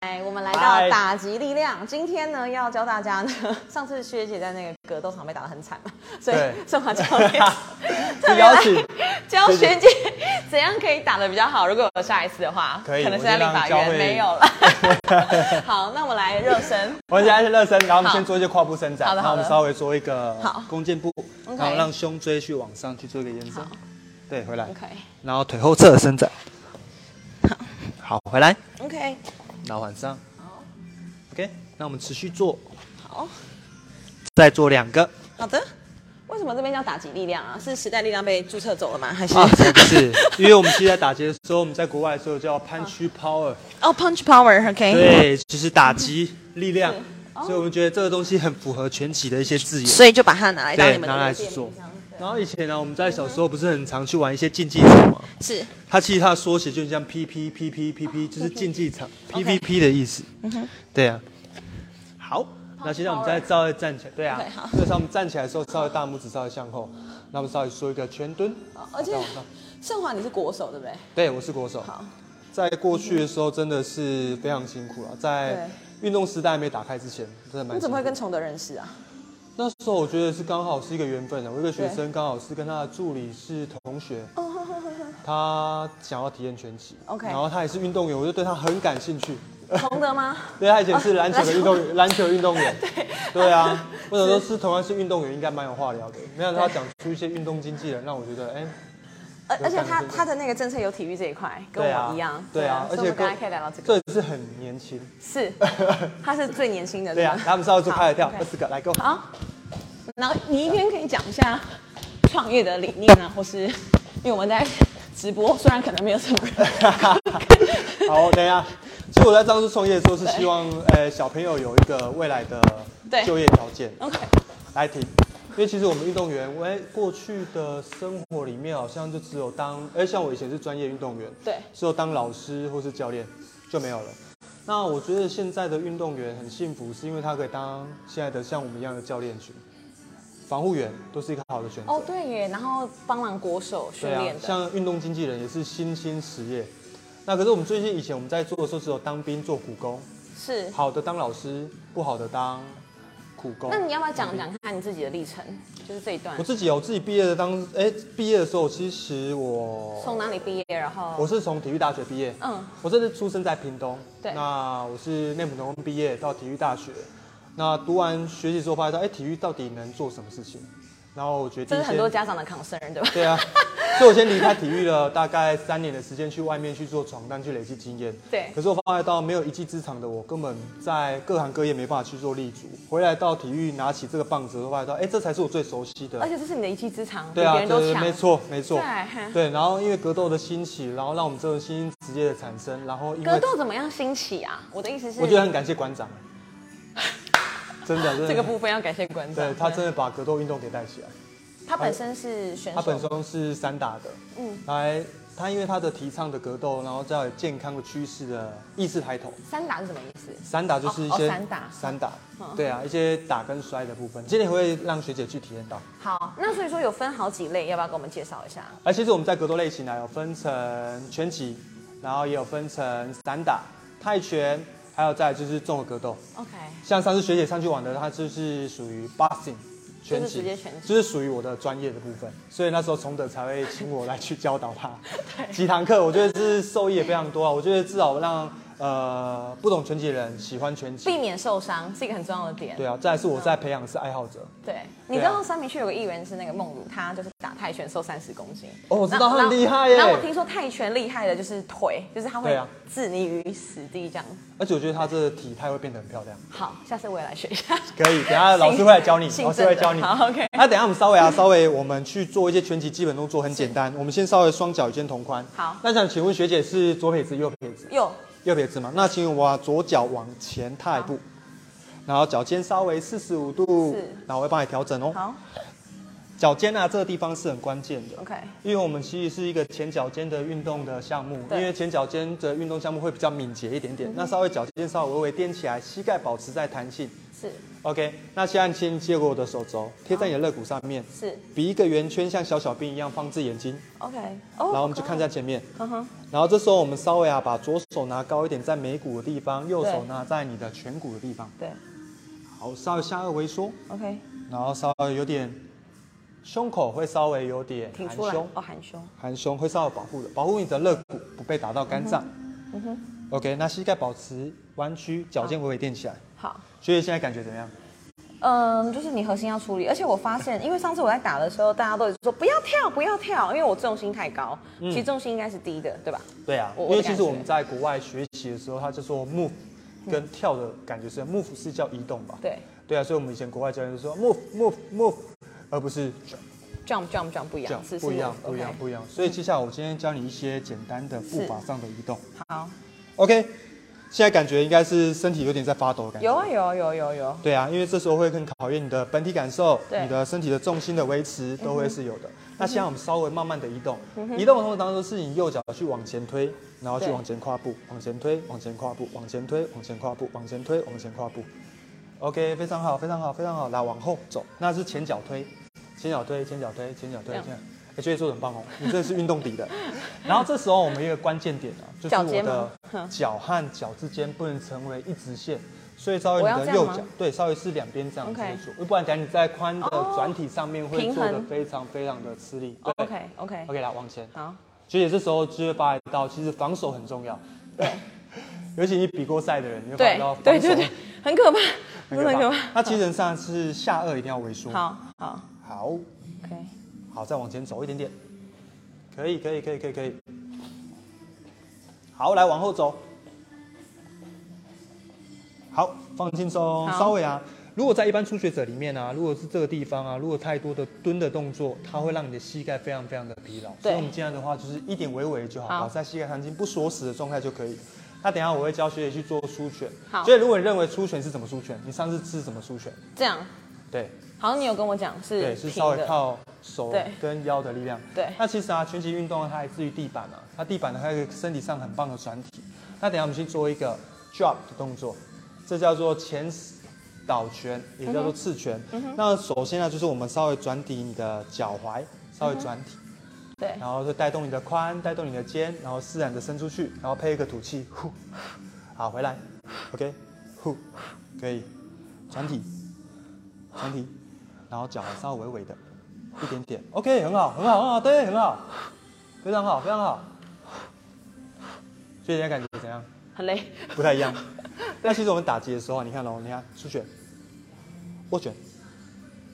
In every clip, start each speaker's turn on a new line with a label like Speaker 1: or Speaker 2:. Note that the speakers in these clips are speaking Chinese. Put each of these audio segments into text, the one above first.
Speaker 1: 哎，我们来
Speaker 2: 嗨
Speaker 1: 到打击力量，今天呢要教大家呢， 上次薛姐在那个格斗场被打得很惨嘛，所以
Speaker 2: 对
Speaker 1: 宋华教练特别
Speaker 2: 邀
Speaker 1: 来
Speaker 2: 请
Speaker 1: 教
Speaker 2: 薛
Speaker 1: 学
Speaker 2: 姐
Speaker 1: 姐怎样可以打得比较好。如果有下一次的话，
Speaker 2: 可以
Speaker 1: 能是在立法
Speaker 2: 我就让教
Speaker 1: 院
Speaker 2: 会
Speaker 1: 没有了。好，那我们来热身，
Speaker 2: 我们现在是热身，然后我们
Speaker 1: 好
Speaker 2: 先做一些胯部伸展，
Speaker 1: 好的
Speaker 2: 然后我们
Speaker 1: 好的
Speaker 2: 稍微做一个
Speaker 1: 好
Speaker 2: 弓箭步，
Speaker 1: OK
Speaker 2: 然后让胸椎去往上去做一个延伸
Speaker 1: 好，
Speaker 2: 对，回来，
Speaker 1: OK
Speaker 2: 然后腿后侧的伸展，好，回来，
Speaker 1: OK，
Speaker 2: 然后往上
Speaker 1: 好
Speaker 2: ，OK，那我们持续做，
Speaker 1: 好
Speaker 2: 再做两 个
Speaker 1: 好的。为什么这边叫打击力量啊？是时代力量被注册走了吗？还是
Speaker 2: 啊，不是，因为我们现在打击的时候，我们在国外的时候叫攀区 power，
Speaker 1: 哦，Punch Power，OK，、
Speaker 2: 对，就是打击力量，
Speaker 1: 哦
Speaker 2: 所以我们觉得这个东西很符合拳击的一些字眼。
Speaker 1: 所以就把它拿来当
Speaker 2: 对
Speaker 1: 你们
Speaker 2: 拿
Speaker 1: 的
Speaker 2: 来
Speaker 1: 练习
Speaker 2: 做
Speaker 1: 这样子
Speaker 2: 然后以前呢，我们在小时候不是很常去玩一些竞技场吗？
Speaker 1: 是
Speaker 2: 它其实它的缩写就像 P P P P P P，就是竞技场 P
Speaker 1: OK 嗯
Speaker 2: P P 的意思。对啊。好，那现在我们再稍微站起来。对啊
Speaker 1: OK，好。
Speaker 2: 这时候我们站起来的时候，稍微大拇指稍微向后，那我们稍微做一个全 蹲。
Speaker 1: 哦而且
Speaker 2: 再往上
Speaker 1: 盛华你是国手对不对？
Speaker 2: 对，我是国手。
Speaker 1: 好，
Speaker 2: 在过去的时候真的是非常辛苦了，在运动时代还没打开之前，真的蛮辛苦的。
Speaker 1: 你怎么会跟崇德认识啊？
Speaker 2: 那时候我觉得是刚好是一个缘分啊，我有一个学生刚好是跟他的助理是同学， 他想要体验拳击
Speaker 1: 哦 OK
Speaker 2: 然后他也是运动员，我就对他很感兴趣。
Speaker 1: 崇德 吗？
Speaker 2: 对他以前是篮球的
Speaker 1: 篮球
Speaker 2: 运动 员，篮球运动员，对啊，我想说是同样是运动员，应该蛮有话聊的。没想到他讲出一些运动经纪人，让我觉得哎、
Speaker 1: 而而且
Speaker 2: 有感
Speaker 1: 他
Speaker 2: 觉
Speaker 1: 他的那个政策有体育这一块，跟
Speaker 2: 对啊
Speaker 1: 我一样。
Speaker 2: 对啊而
Speaker 1: 所以
Speaker 2: 且
Speaker 1: 我们大家
Speaker 2: 跟
Speaker 1: 可以聊到这个。
Speaker 2: 这也是很年轻，
Speaker 1: 是，他是最年轻的。
Speaker 2: 对啊，
Speaker 1: 是吧
Speaker 2: 他们稍微做开了跳
Speaker 1: 好
Speaker 2: 二十个，来 go。。
Speaker 1: 好，然后你一边可以讲一下创业的理念啊，或是因为我们在直播，虽然可能没有什么人
Speaker 2: 好，等一下。其实我在当初创业的时候是希望，呃，小朋友有一个未来的
Speaker 1: 对
Speaker 2: 就业条件。
Speaker 1: OK，
Speaker 2: 来停，因为其实我们运动员，我在过去的生活里面好像就只有当，哎，像我以前是专业运动员，
Speaker 1: 对，
Speaker 2: 只有当老师或是教练就没有了。那我觉得现在的运动员很幸福，是因为他可以当现在的像我们一样的教练群、防护员，都是一个好的选择。
Speaker 1: 哦对耶，然后帮忙国手训
Speaker 2: 对啊
Speaker 1: 练，的。
Speaker 2: 像运动经纪人也是新兴实业。那可是我们最近以前我们在做的时候，只有当兵做苦工，
Speaker 1: 是。
Speaker 2: 好的当老师，不好的当苦工。
Speaker 1: 那你要不要讲讲看你自己的历程？就是这一段
Speaker 2: 我，自己有自己毕业的当，哎、毕业的时候，其实我
Speaker 1: 从哪里毕业，然后
Speaker 2: 我是从体育大学毕业，
Speaker 1: 嗯，
Speaker 2: 我这是出生在屏东，
Speaker 1: 对
Speaker 2: 那我是内埔农工毕业到体育大学，那读完学习之后发现到，哎、体育到底能做什么事情？然后我决定
Speaker 1: 这是
Speaker 2: 先，
Speaker 1: 很多家长的 concern 对吧？
Speaker 2: 对啊，所以我先离开体育了大概三年的时间，去外面去做闯荡，去累积经验。
Speaker 1: 对
Speaker 2: 可是我发现到没有一技之长的我，根本在各行各业没办法去做立足。回来到体育，拿起这个棒子，我发现到，哎、这才是我最熟悉的。
Speaker 1: 而且这是你的一技之长，
Speaker 2: 对
Speaker 1: 比
Speaker 2: 啊，
Speaker 1: 别人
Speaker 2: 对
Speaker 1: 都
Speaker 2: 对，
Speaker 1: 强。
Speaker 2: 没错没错。
Speaker 1: 对
Speaker 2: 对，然后因为格斗的兴起，然后让我们这种新兴职业的产生，然后因
Speaker 1: 格
Speaker 2: 为
Speaker 1: 斗怎么样兴起啊？我的意思是，
Speaker 2: 我觉得很感谢 馆长，真的真的，
Speaker 1: 这个部分要感谢馆长，
Speaker 2: 对他真的把格斗运动给带起来。
Speaker 1: 啊他本身是选手，
Speaker 2: 他本身是散打的，
Speaker 1: 嗯
Speaker 2: 嗯，来他因为他的提倡的格斗，然后在健康的趋势的意识抬头。
Speaker 1: 三打是什么意思？
Speaker 2: 散打就是一
Speaker 1: 哦
Speaker 2: 些
Speaker 1: 哦散打
Speaker 2: 散打
Speaker 1: 嗯，
Speaker 2: 对啊，一些打跟摔的部分，今天会让学姐去体验到。
Speaker 1: 好，那所以说有分好几类，要不要给我们介绍一下？
Speaker 2: 而其实我们在格斗类型呢，有分成拳击，然后也有分成散打、泰拳，还有再来就是综合格斗。
Speaker 1: OK，
Speaker 2: 像上次学姐上去玩的，她就是属于 boxing 拳
Speaker 1: 就是直
Speaker 2: 击
Speaker 1: 接拳，击
Speaker 2: 就是属于我的专业的部分，所以那时候崇德才会请我来去 教导她几堂课，我觉得是受益也非常多啊。我觉得至少让呃不懂拳击的人喜欢拳击，
Speaker 1: 避免受伤是一个很重要的点。
Speaker 2: 对啊，啊再来是我在培养是爱好者。
Speaker 1: 对你知道三明区有个议员是那个孟乳，他就是打泰拳瘦三十公斤。
Speaker 2: 哦我知道
Speaker 1: 然后
Speaker 2: 他很厉害耶
Speaker 1: 然后我听说泰拳厉害的就是腿，就是他会
Speaker 2: 对啊
Speaker 1: 置你于死地这样。
Speaker 2: 而且我觉得她这个体态会变得很漂亮，
Speaker 1: 好，下次我也来学一下。
Speaker 2: 可以，等一下老师会来教你，
Speaker 1: 姓
Speaker 2: 老师会
Speaker 1: 郑的
Speaker 2: 教你。
Speaker 1: 好，OK。
Speaker 2: 那、等一下我们稍微啊，稍微我们去做一些拳击基本动作，很简单。我们先稍微双脚与肩同宽。
Speaker 1: 好
Speaker 2: 那想请问学姐是左撇子右撇子？
Speaker 1: 又
Speaker 2: 右撇子嘛。那请我啊左脚往前踏一步，然后脚尖稍微四十五度
Speaker 1: 是，
Speaker 2: 然后我会帮你调整哦。
Speaker 1: 好，
Speaker 2: 脚尖啊这个地方是很关键的。
Speaker 1: OK，
Speaker 2: 因为我们其实是一个前脚尖的运动的项目，因
Speaker 1: 对嗯
Speaker 2: 为前脚尖的运动项目会比较敏捷一点点，那稍微脚尖稍微微微踮起来，膝盖保持在弹性。
Speaker 1: 是
Speaker 2: OK，那现在先接过我的手肘，贴在你的肋骨上面，
Speaker 1: 是
Speaker 2: 比一个圆圈，像小小兵一样放置眼睛，
Speaker 1: OK，
Speaker 2: 然
Speaker 1: 哦，
Speaker 2: 后我们就看在前面。
Speaker 1: 嗯哼，
Speaker 2: 然后这时候我们稍微啊，把左手拿高一点，在眉骨的地方，右手
Speaker 1: 对
Speaker 2: 拿在你的颧骨的地方。
Speaker 1: 对
Speaker 2: 好，稍微下颚微缩，
Speaker 1: ，OK，
Speaker 2: 然后稍微有点，胸口会稍微有点
Speaker 1: 挺
Speaker 2: 含
Speaker 1: 出来，
Speaker 2: 胸，
Speaker 1: 哦，含胸，
Speaker 2: 含胸会稍微保护的，保护你的肋骨不被打到肝脏。
Speaker 1: 嗯哼，
Speaker 2: OK，那膝盖保持弯曲，脚尖微微垫起来。
Speaker 1: 好。
Speaker 2: 所以现在感觉怎么样？
Speaker 1: 嗯，就是你核心要处理，而且我发现，因为上次我在打的时候，大家都一直说不要跳，不要跳，因为我重心太高，
Speaker 2: 嗯
Speaker 1: 其实重心应该是低的，对吧？
Speaker 2: 对啊，
Speaker 1: 我
Speaker 2: 因
Speaker 1: 我
Speaker 2: 为
Speaker 1: 的
Speaker 2: 其
Speaker 1: 感
Speaker 2: 实
Speaker 1: 觉嗯
Speaker 2: 我们在国外学习的时候，他就说 move 跟跳的感觉是 move 是叫移动吧？
Speaker 1: 对
Speaker 2: 对啊，所以我们以前国外教练就说 move move move，而不是
Speaker 1: ，jump
Speaker 2: jump。
Speaker 1: jump jump 不一
Speaker 2: 这样
Speaker 1: 样，是是
Speaker 2: 不一样，
Speaker 1: 我
Speaker 2: 不一样，
Speaker 1: OK
Speaker 2: 不一样。所以接下来我今天教你一些简单的步伐上的移动。
Speaker 1: 好，
Speaker 2: OK，现在感觉应该是身体有点在发抖的感觉。
Speaker 1: 有啊有啊有啊有啊有啊，
Speaker 2: 对啊，因为这时候会很考验你的本体感受，
Speaker 1: 对嗯
Speaker 2: 你的身体的重心的维持都会是有的。那现在我们稍微慢慢的移动，移动的通常都是你右脚去往前推，然后去
Speaker 1: 对
Speaker 2: 往前跨步，往前推，往前跨步，往前推，往前跨步，往前推，往前跨步。OK，非常好，非常好，非常好，来往后走，那是前脚推，前脚推，前脚推，前脚推，
Speaker 1: 这
Speaker 2: 前
Speaker 1: 样
Speaker 2: 脚。哎，觉得做得很棒哦，你这是运动 底的。然后这时候我们有一个关键点啊，就是
Speaker 1: 脚
Speaker 2: 我
Speaker 1: 尖
Speaker 2: 的
Speaker 1: 吗
Speaker 2: 脚和脚之间不能成为一直线，所以稍微
Speaker 1: 我要
Speaker 2: 你
Speaker 1: 这
Speaker 2: 的
Speaker 1: 样
Speaker 2: 右
Speaker 1: 吗
Speaker 2: 脚对，稍微是两边这样子
Speaker 1: OK
Speaker 2: 做，不然等下你在髋的
Speaker 1: 哦
Speaker 2: 转体上面会
Speaker 1: 平
Speaker 2: 做
Speaker 1: 衡哦
Speaker 2: 的非常非常的吃力。对
Speaker 1: OK OK
Speaker 2: OK，来往前。
Speaker 1: 好，
Speaker 2: 学姐这时候就会发觉到，其实防守很重要。
Speaker 1: 对，
Speaker 2: 尤其你比过赛的人，你会发
Speaker 1: 对
Speaker 2: 觉到防守
Speaker 1: 对对对，很可怕，
Speaker 2: 很
Speaker 1: 真的很可
Speaker 2: 可
Speaker 1: 怕。
Speaker 2: 那其实上是下颚一定要萎缩。
Speaker 1: 好好
Speaker 2: 好，
Speaker 1: ，OK，
Speaker 2: 好，再往前走一点点，可以，可以，可以，可以，可以。好，来往后走。好，放轻松，
Speaker 1: 好
Speaker 2: 稍微啊。如果在一般初学者里面啊，如果是这个地方啊，如果太多的蹲的动作，它会让你的膝盖非常非常的疲劳。所以
Speaker 1: 对
Speaker 2: 我们尽量的话，就是一点微微就好，
Speaker 1: 好
Speaker 2: 保持在膝盖弹性不锁死的状态就可以。那等一下我会教学姐去做出拳。
Speaker 1: 好
Speaker 2: 所以如果你认为出拳是怎么出拳，你上次是怎么出拳？
Speaker 1: 这样，
Speaker 2: 对，
Speaker 1: 好像你有跟我讲是
Speaker 2: 对，是
Speaker 1: 平
Speaker 2: 稍微
Speaker 1: 的
Speaker 2: 靠手
Speaker 1: 对
Speaker 2: 跟腰的力量。
Speaker 1: 对
Speaker 2: 那其实啊，拳击运动啊它来自于地板啊，它地板还有一个身体上很棒的转体。那等一下我们去做一个 drop 的动作，这叫做前倒拳，也
Speaker 1: 嗯
Speaker 2: 叫做刺拳。那首先呢，就是我们稍微转抵你的脚踝，稍微转体，
Speaker 1: 对
Speaker 2: 然后就带动你的髋，带动你的肩，然后自然的伸出去，然后配一个吐气，呼，好，回来，OK，呼，可以，转体，转体，然后脚还稍微微微的，一点点，OK，很好，很好，很好，对，很好，非常好，非常好。所以现在感觉怎样？
Speaker 1: 很累，
Speaker 2: 不太一样。那其实我们打击的时候啊，你看喽，你看出拳、握拳，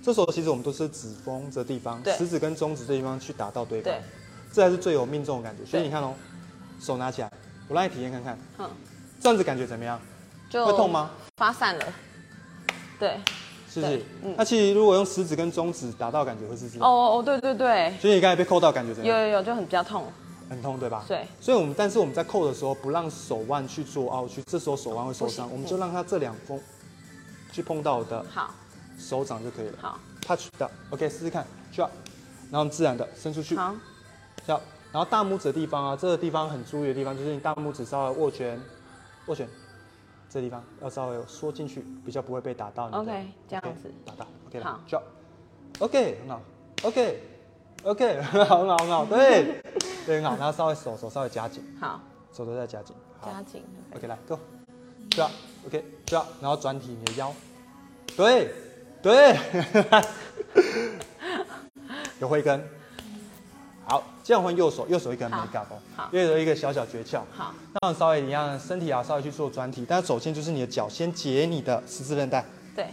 Speaker 2: 这时候其实我们都是指缝这地方，
Speaker 1: 对
Speaker 2: 食指跟中指这地方去打到对方，
Speaker 1: 对
Speaker 2: 这才是最有命中的感觉。所以
Speaker 1: 对
Speaker 2: 你看喽，手拿起来，我让你体验看看，
Speaker 1: 嗯，
Speaker 2: 这样子感觉怎么样？
Speaker 1: 就
Speaker 2: 会痛？吗？
Speaker 1: 发散了，对，
Speaker 2: 是不是
Speaker 1: 对？嗯
Speaker 2: 那其实如果用食指跟中指打到，感觉会是啊这样。
Speaker 1: 哦哦哦，对对对，
Speaker 2: 所以你刚才被扣到，感觉怎
Speaker 1: 有
Speaker 2: 样？
Speaker 1: 有有，就很比较痛，
Speaker 2: 很痛，对吧？
Speaker 1: 对。
Speaker 2: 所以我们，但是我们在扣的时候，不让手腕去做凹去，这时候手腕会受伤，
Speaker 1: 不行
Speaker 2: 我们就让它这两峰去碰到我的
Speaker 1: 好
Speaker 2: 手掌就可以了。
Speaker 1: 好
Speaker 2: touch 到，OK，试试看，drop，然后我们自然的伸出去，
Speaker 1: 好，
Speaker 2: 跳，然后大拇指的地方啊，这个地方很注意的地方就是你大拇指稍微握拳，握拳，这地方要稍微缩进去，比较不会被打到你的
Speaker 1: OK，这样
Speaker 2: OK，
Speaker 1: 子
Speaker 2: 打到，OK，
Speaker 1: 好
Speaker 2: ，drop，OK，很好，OK，OK，很 好，很好，很好，对，对，很好，然后稍微手手稍微夹紧，
Speaker 1: 好，
Speaker 2: 手都在夹紧，好
Speaker 1: 加紧，OK，
Speaker 2: OK，来，Go，对啊，OK，对啊，然后转体你的腰，对，对， 有慧根。好，这样换右手，右手一个 make up 哦
Speaker 1: 好，
Speaker 2: 右手一个小小诀窍。
Speaker 1: 好，
Speaker 2: 那稍微一样，身体啊稍微去做转体，但首先就是你的脚先解你的十字韧带，
Speaker 1: 对，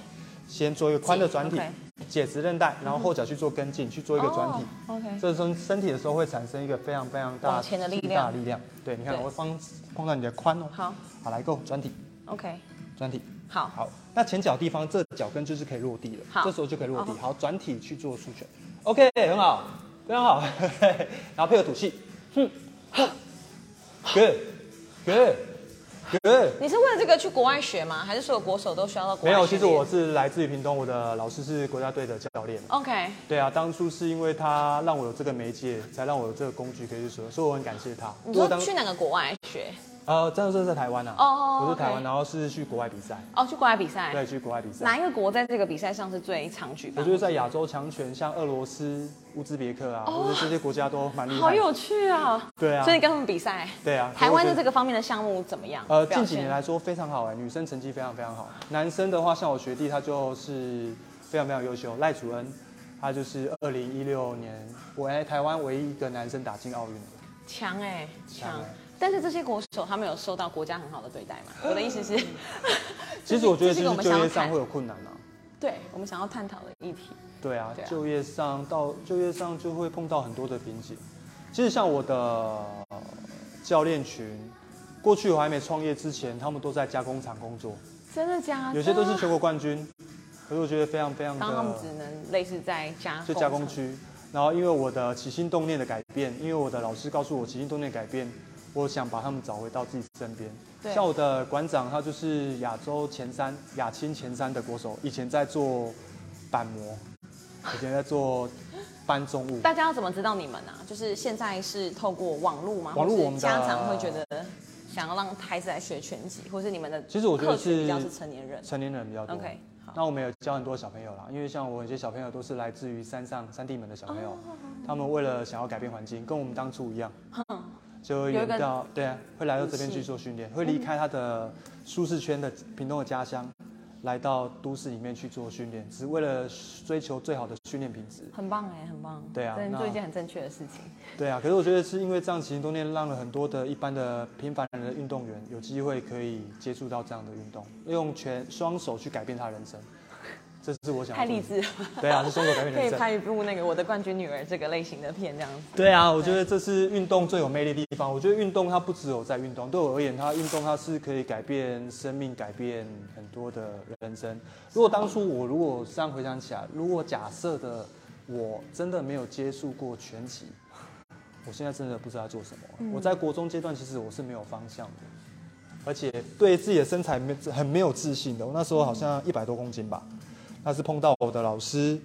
Speaker 2: 先做一个宽的转体
Speaker 1: 解，
Speaker 2: 解直韧带，然后后脚去做跟进，去做一个转体。
Speaker 1: o k
Speaker 2: 这时候身体的时候会产生一个非常非常大
Speaker 1: 往前的力
Speaker 2: 巨
Speaker 1: 量
Speaker 2: 大的力量。对，你看
Speaker 1: 对
Speaker 2: 我会帮碰到你的髋哦。
Speaker 1: 好
Speaker 2: 好，来 go 转体，
Speaker 1: ，OK，
Speaker 2: 转体。
Speaker 1: 好，
Speaker 2: 好，那前脚地方这脚跟就是可以落地了，
Speaker 1: 好
Speaker 2: 这时候就可以落地。
Speaker 1: 哦
Speaker 2: 好，转体去做出拳，OK，很好，非常好。然后配合吐气，哼，哼，good，good， Good。
Speaker 1: 你是为了这个去国外学吗？还是所有国手都需要到国外
Speaker 2: 没有，
Speaker 1: 训
Speaker 2: 其
Speaker 1: 练
Speaker 2: 实我是来自于屏东，我的老师是国家队的教练。
Speaker 1: OK，
Speaker 2: 对啊，当初是因为他让我有这个媒介，才让我有这个工具可以去使用，所以我很感谢他。
Speaker 1: 你
Speaker 2: 如果
Speaker 1: 说
Speaker 2: 当
Speaker 1: 去哪个国外学？
Speaker 2: 呃，真的是在台湾啊，
Speaker 1: 哦哦哦
Speaker 2: 我是台湾，
Speaker 1: OK
Speaker 2: 然后是去国外比赛，
Speaker 1: 哦，去国外比赛。
Speaker 2: 对，去国外比赛。
Speaker 1: 哪一个国在这个比赛上是最常举
Speaker 2: 我
Speaker 1: 办
Speaker 2: 觉？得在亚洲强权，像俄罗斯、乌兹别克啊，或者这些国家都蛮厉害
Speaker 1: 哦
Speaker 2: 的。
Speaker 1: 好有趣啊！
Speaker 2: 对啊，
Speaker 1: 所以你跟他们比赛，
Speaker 2: 对啊，
Speaker 1: 台湾
Speaker 2: 所以
Speaker 1: 的
Speaker 2: 我觉
Speaker 1: 这
Speaker 2: 得
Speaker 1: 个方面的项目怎么样？
Speaker 2: 呃
Speaker 1: 表
Speaker 2: 近
Speaker 1: 现
Speaker 2: 几年来说非常好哎、女生成绩非常非常好。男生的话，像我学弟他就是非常非常优秀，赖楚恩，他就是二零一六年我来台湾唯一一个男生打进奥运的。
Speaker 1: 强哎，
Speaker 2: 强
Speaker 1: 强
Speaker 2: 欸。
Speaker 1: 但是这些国手他们有受到国家很好的对待吗？我的意思是，
Speaker 2: 其实我觉得
Speaker 1: 这
Speaker 2: 就是
Speaker 1: 个我
Speaker 2: 是
Speaker 1: 们
Speaker 2: 就
Speaker 1: 想
Speaker 2: 业
Speaker 1: 要
Speaker 2: 上
Speaker 1: 看
Speaker 2: 会，有困难啊。
Speaker 1: 对我们想要探讨的议题。
Speaker 2: 对啊，
Speaker 1: 对啊
Speaker 2: 就业上到就业上就会碰到很多的瓶颈。其实像我的呃教练群，过去我还没创业之前，他们都在加工厂工作，
Speaker 1: 啊真的假的？
Speaker 2: 有些都是全国冠军，可是我觉得非常非常
Speaker 1: 然后他们
Speaker 2: 的
Speaker 1: 只能类似在加
Speaker 2: 就加工
Speaker 1: 厂
Speaker 2: 区。然后因为我的起心动念的改变，因为我的老师告诉我起心动念改变，我想把他们找回到自己身边。
Speaker 1: 对
Speaker 2: 像我的馆长，他就是亚洲前三、亚青前三的国手，以前在做板模，以前在做搬重物。
Speaker 1: 大家要怎么知道你们啊？就是现在是透过网络吗？
Speaker 2: 网络
Speaker 1: 或是
Speaker 2: 我们的
Speaker 1: 家长会觉得想要让孩子来学拳击，或是你们的
Speaker 2: 其实我觉
Speaker 1: 客
Speaker 2: 得
Speaker 1: 群
Speaker 2: 是
Speaker 1: 比较是成年人。
Speaker 2: 成年人比较多。
Speaker 1: OK，好，
Speaker 2: 那我们也教很多小朋友啦，因为像我有些小朋友都是来自于山上山地门的小朋友，
Speaker 1: 哦
Speaker 2: 他们为了想要改变环境，跟我们当初一样，
Speaker 1: 有
Speaker 2: 就有
Speaker 1: 一个
Speaker 2: 到对啊，会来到这边去做训练，会离开他的舒适圈的屏东的家乡，来到都市里面去做训练，只为了追求最好的训练品质。
Speaker 1: 很棒哎、很棒。
Speaker 2: 对啊
Speaker 1: 真的
Speaker 2: 那
Speaker 1: 做一件很正确的事情。
Speaker 2: 对啊，可是我觉得是因为这样，其实冬天让了很多的一般的平凡人的运动员有机会可以接触到这样的运动，用全双手去改变他人生，这是我想
Speaker 1: 太
Speaker 2: 要做
Speaker 1: 励
Speaker 2: 的。
Speaker 1: 志了，
Speaker 2: 对啊，是双手改变
Speaker 1: 可以
Speaker 2: 人生。
Speaker 1: 拍一部那个《我的冠军女儿》这个类型的片这样子。
Speaker 2: 对啊，我觉得这是运动最有魅力的地方。我觉得运动它不只有在运动，对我而言，它运动它是可以改变生命、改变很多的人生。如果当初我如果这样回想起来，如果假设的我真的没有接触过拳击， 我现在真的不知道在做什么。
Speaker 1: 嗯
Speaker 2: 我在国中阶段其实我是没有方向的，而且对自己的身材没很没有自信的。我那时候好像一百多公斤吧，那是碰到我的老师，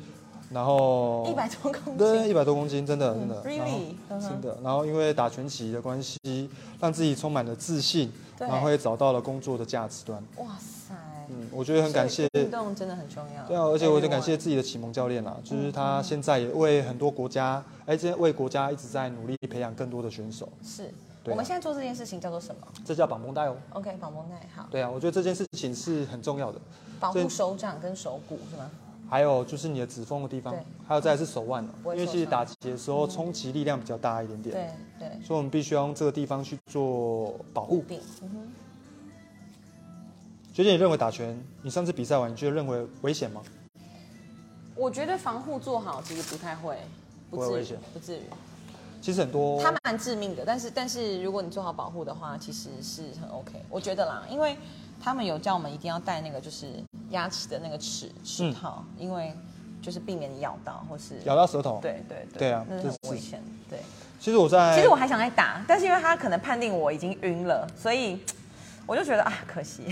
Speaker 2: 然后
Speaker 1: 一百多公斤，
Speaker 2: 哦对，一百多公斤，真的，真的，
Speaker 1: really？
Speaker 2: 然后
Speaker 1: 嗯哼
Speaker 2: 真的。然后因为打拳击的关系，让自己充满了自信，
Speaker 1: 对
Speaker 2: 然后也找到了工作的价值观。
Speaker 1: 哇塞！
Speaker 2: 嗯，我觉得很感谢。
Speaker 1: 所以运动真的很嗯重要。
Speaker 2: 对啊，而且我也感谢自己的启蒙教练啦，就是他现在也为很多国家，而且为国家一直在努力培养更多的选手，
Speaker 1: 是，
Speaker 2: 对啊
Speaker 1: 我们现在做这件事情叫做什么
Speaker 2: 这叫绑绷带哦。
Speaker 1: ？OK，绑绷带，好，
Speaker 2: 对啊，我觉得这件事情是很重要的。
Speaker 1: 保
Speaker 2: 所以
Speaker 1: 护手掌跟手骨是吗？
Speaker 2: 还有就是你的指缝的地方
Speaker 1: 对，
Speaker 2: 还有再来是手腕哦，
Speaker 1: 不会
Speaker 2: 因为
Speaker 1: 受
Speaker 2: 其实
Speaker 1: 伤嗯
Speaker 2: 打击的时候冲击力量比较大一点点，
Speaker 1: 对对，
Speaker 2: 所以我们必须要用这个地方去做保护
Speaker 1: 固。定。嗯哼
Speaker 2: 学姐，你认为打拳，你上次比赛完，你觉得认为危险吗？
Speaker 1: 我觉得防护做好其实不太会，
Speaker 2: 不会
Speaker 1: 至于
Speaker 2: 危险
Speaker 1: 不至于。
Speaker 2: 其实很多
Speaker 1: 它蛮致命的，但是但是如果你做好保护的话，其实是很 OK，我觉得啦，因为他们有叫我们一定要戴那个就是牙齿的那个齿齿套，因为就是避免你咬到或是
Speaker 2: 嗯咬到舌头。，
Speaker 1: 对对对，
Speaker 2: 对啊
Speaker 1: 那是
Speaker 2: 这
Speaker 1: 很
Speaker 2: 是哎
Speaker 1: 危险。对，
Speaker 2: 其实我在，
Speaker 1: 其实我还想再打，但是因为他可能判定我已经晕了，所以我就觉得啊，可
Speaker 2: 嗯
Speaker 1: 惜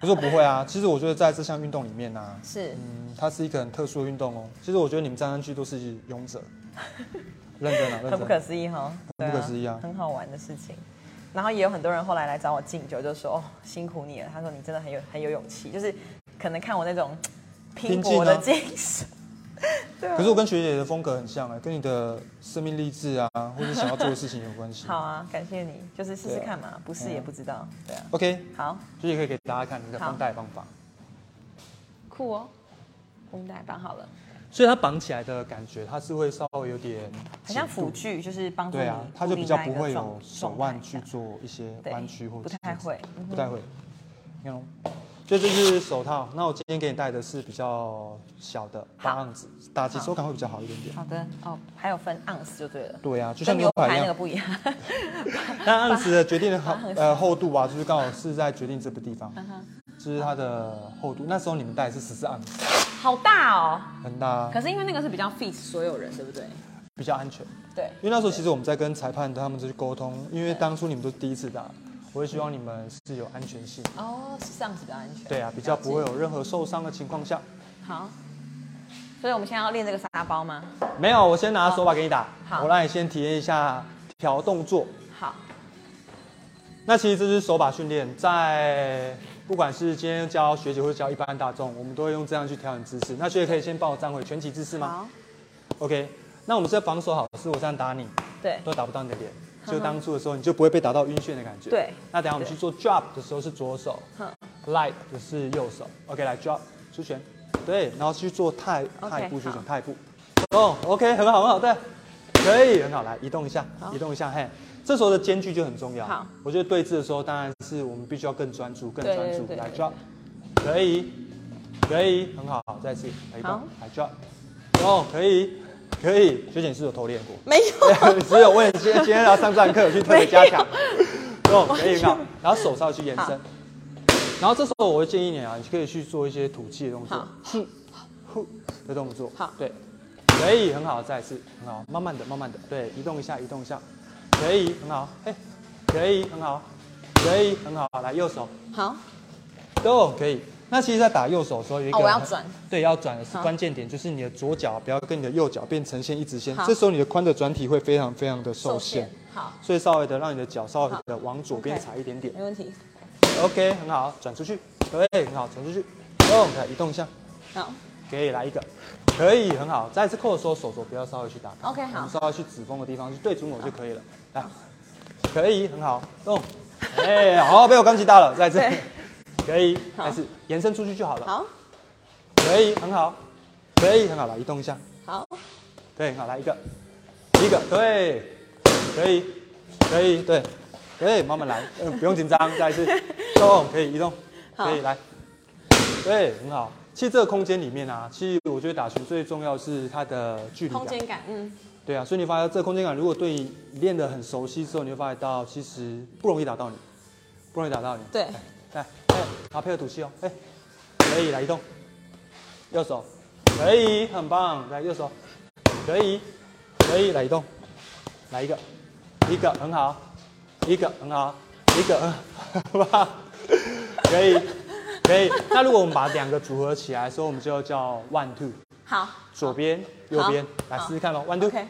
Speaker 2: 可是我不会啊。其实我觉得在这项运动里面呢、啊，
Speaker 1: 是
Speaker 2: 嗯，它是一个很特殊的运动哦。其实我觉得你们站上去都是勇者，认真啊，认
Speaker 1: 很
Speaker 2: 真。
Speaker 1: 不可思议哈，对
Speaker 2: 很不可思议啊
Speaker 1: 很好玩的事情。然后也有很多人后来来找我敬酒，就说哦辛苦你了，他说你真的很有很有勇气，就是可能看我那种拼
Speaker 2: 拼
Speaker 1: 搏
Speaker 2: 劲啊
Speaker 1: 的精神。对啊
Speaker 2: 可是我跟学姐的风格很像哎、跟你的生命励志啊，或者想要做的事情有关系。
Speaker 1: 好啊，感谢你，就是试试
Speaker 2: 对啊
Speaker 1: 看嘛，不试
Speaker 2: 嗯
Speaker 1: 也不知道。对啊，
Speaker 2: ，OK，
Speaker 1: 好
Speaker 2: 学姐可以给大家看你的
Speaker 1: 好
Speaker 2: 绷带方法。
Speaker 1: 酷哦，我们来绑好了，
Speaker 2: 所以它绑起来的感觉，它是会稍微有点
Speaker 1: 很像
Speaker 2: 紧度
Speaker 1: 辅具，就是帮助你
Speaker 2: 对啊，它就比较不会
Speaker 1: 固定
Speaker 2: 有
Speaker 1: 在一个
Speaker 2: 手
Speaker 1: 状
Speaker 2: 腕
Speaker 1: 状态
Speaker 2: 去做一些
Speaker 1: 对
Speaker 2: 弯曲或
Speaker 1: 不
Speaker 2: 者
Speaker 1: 太会，嗯
Speaker 2: 不太会。你看哦，所以这就是手套。那我今天给你戴的是比较小的八
Speaker 1: 好
Speaker 2: 盎司，打击手感会比较好一点点。
Speaker 1: 好的哦，还有分盎司就对了，
Speaker 2: 对啊，就像
Speaker 1: 跟
Speaker 2: 牛
Speaker 1: 牛
Speaker 2: 排
Speaker 1: 排那
Speaker 2: 一
Speaker 1: 个
Speaker 2: 样，
Speaker 1: 不一样。
Speaker 2: 那盎司的决定的
Speaker 1: 八
Speaker 2: 好
Speaker 1: 八盎司
Speaker 2: 呃厚度啊，就是刚好是在决定这个地方，
Speaker 1: 嗯哼
Speaker 2: 就是它的厚度。那时候你们戴的是十四盎司，
Speaker 1: 好大哦，
Speaker 2: 很大啊，
Speaker 1: 可是因为那个是比较 fit 所有人，对不对？
Speaker 2: 比较安全。
Speaker 1: 对。
Speaker 2: 因为那时候其实我们在跟裁判他们去沟通，因为当初你们都是第一次打，我也希望你们是有安全性。
Speaker 1: 哦，是这样子比较安全。
Speaker 2: 对啊，比较不会
Speaker 1: 了
Speaker 2: 有任何受伤的情况下。
Speaker 1: 解。好，所以我们现在要练这个沙包吗？
Speaker 2: 没有，我先拿手把给你打，
Speaker 1: 好
Speaker 2: 我让你先体验一下调动作。
Speaker 1: 好，
Speaker 2: 那其实这是手把训练，在不管是今天教学姐或者教一般大众，我们都会用这样去调整姿势。那学姐可以先帮我站回全体姿势吗
Speaker 1: 好，
Speaker 2: ？OK。那我们是防守好，是我这样打你，
Speaker 1: 对嗯
Speaker 2: 都打不到你的脸，
Speaker 1: 哼
Speaker 2: 就当初的时候你就不会被打到晕眩的感觉。。
Speaker 1: 对，嗯
Speaker 2: 那等一下我们去做 drop 的时候是左手
Speaker 1: 哼
Speaker 2: ，light 的是右手。OK，来 drop 出拳，对，然后去做泰
Speaker 1: OK，
Speaker 2: 泰步出拳
Speaker 1: 好，
Speaker 2: 泰步。哦，OK，很好，很好，对，可以，很好，来移动一下，
Speaker 1: 好
Speaker 2: 移动一下，嘿，这时候的间距就很重要。
Speaker 1: 好，
Speaker 2: 我觉得对峙的时候，当然是我们必须要更专注，更
Speaker 1: 对
Speaker 2: 专注
Speaker 1: 对对，
Speaker 2: 来
Speaker 1: 对
Speaker 2: drop，可以，可以，很好，再次来移动
Speaker 1: 好，
Speaker 2: 来 drop，哦，可以，可以，学姐你是不是有偷练过。
Speaker 1: 没有，
Speaker 2: 只有我也今天今天要上这堂课有去特别加强，哦，可以好，然后手稍微去延
Speaker 1: 好
Speaker 2: 伸，然后这时候我会建议你啊，你可以去做一些吐气的动 作
Speaker 1: 好，
Speaker 2: 呼呼的动作，
Speaker 1: 好
Speaker 2: 对，可以很好，再一次很好，慢慢的慢慢的，对，移动一下移动一下，可以很好，嘿，可以很好，可以很好，来右手
Speaker 1: 好，
Speaker 2: 都可以。那其实，在打右手的时候，有一个
Speaker 1: 哦我要
Speaker 2: 很
Speaker 1: 转，
Speaker 2: 对，要转的是
Speaker 1: 好
Speaker 2: 关键点，就是你的左脚不要跟你的右脚变呈现一直线
Speaker 1: 好，
Speaker 2: 这时候你的髋的转体会非常非常的受限。，
Speaker 1: 好，
Speaker 2: 所以稍微的让你的脚稍微的往左边
Speaker 1: OK
Speaker 2: 踩一点点
Speaker 1: 没问题。
Speaker 2: ，OK，很好，转出去，对，很好，转出去，动，来移动一下，
Speaker 1: 好，
Speaker 2: 可以来一个，可以，很好。再一次扣的时候，手肘不要稍微去打开
Speaker 1: OK，好
Speaker 2: 我们稍微去指缝的地方去对准我就可以了，来，可以，很好，动，哎，好，被我钢琴到了，再一次
Speaker 1: 对，
Speaker 2: 可以，
Speaker 1: 好
Speaker 2: 再一次延伸出去就好了，
Speaker 1: 好，
Speaker 2: 可以，很好，可以，很好，来移动一下，
Speaker 1: 好，
Speaker 2: 对，好，来一个，一个，对，可以，可以，对，对，慢慢来，嗯，不用紧张，再一次，动，可以移动，
Speaker 1: 好
Speaker 2: 可以来，对，很好。其实这个空间里面啊，其实我觉得打拳最重要是它的距离
Speaker 1: 空
Speaker 2: 感，
Speaker 1: 间感，嗯，
Speaker 2: 对啊，所以你发现这个空间感，如果对你练得很熟悉之后，你会发现到其实不容易打到你，不容易打到你。
Speaker 1: 对，
Speaker 2: 来，哎，好，配合吐气哦，哎，可以，来移动，右手，可以，很棒，来右手，可以，可以，来移动，来一个，一个很好，一个很好，一个很好，可以，可以。那如果我们把两个组合起来的时候，我们就叫 one two，
Speaker 1: 好
Speaker 2: 左边右边，
Speaker 1: 好
Speaker 2: 来
Speaker 1: 好
Speaker 2: 试试看喽，one two。
Speaker 1: ，OK，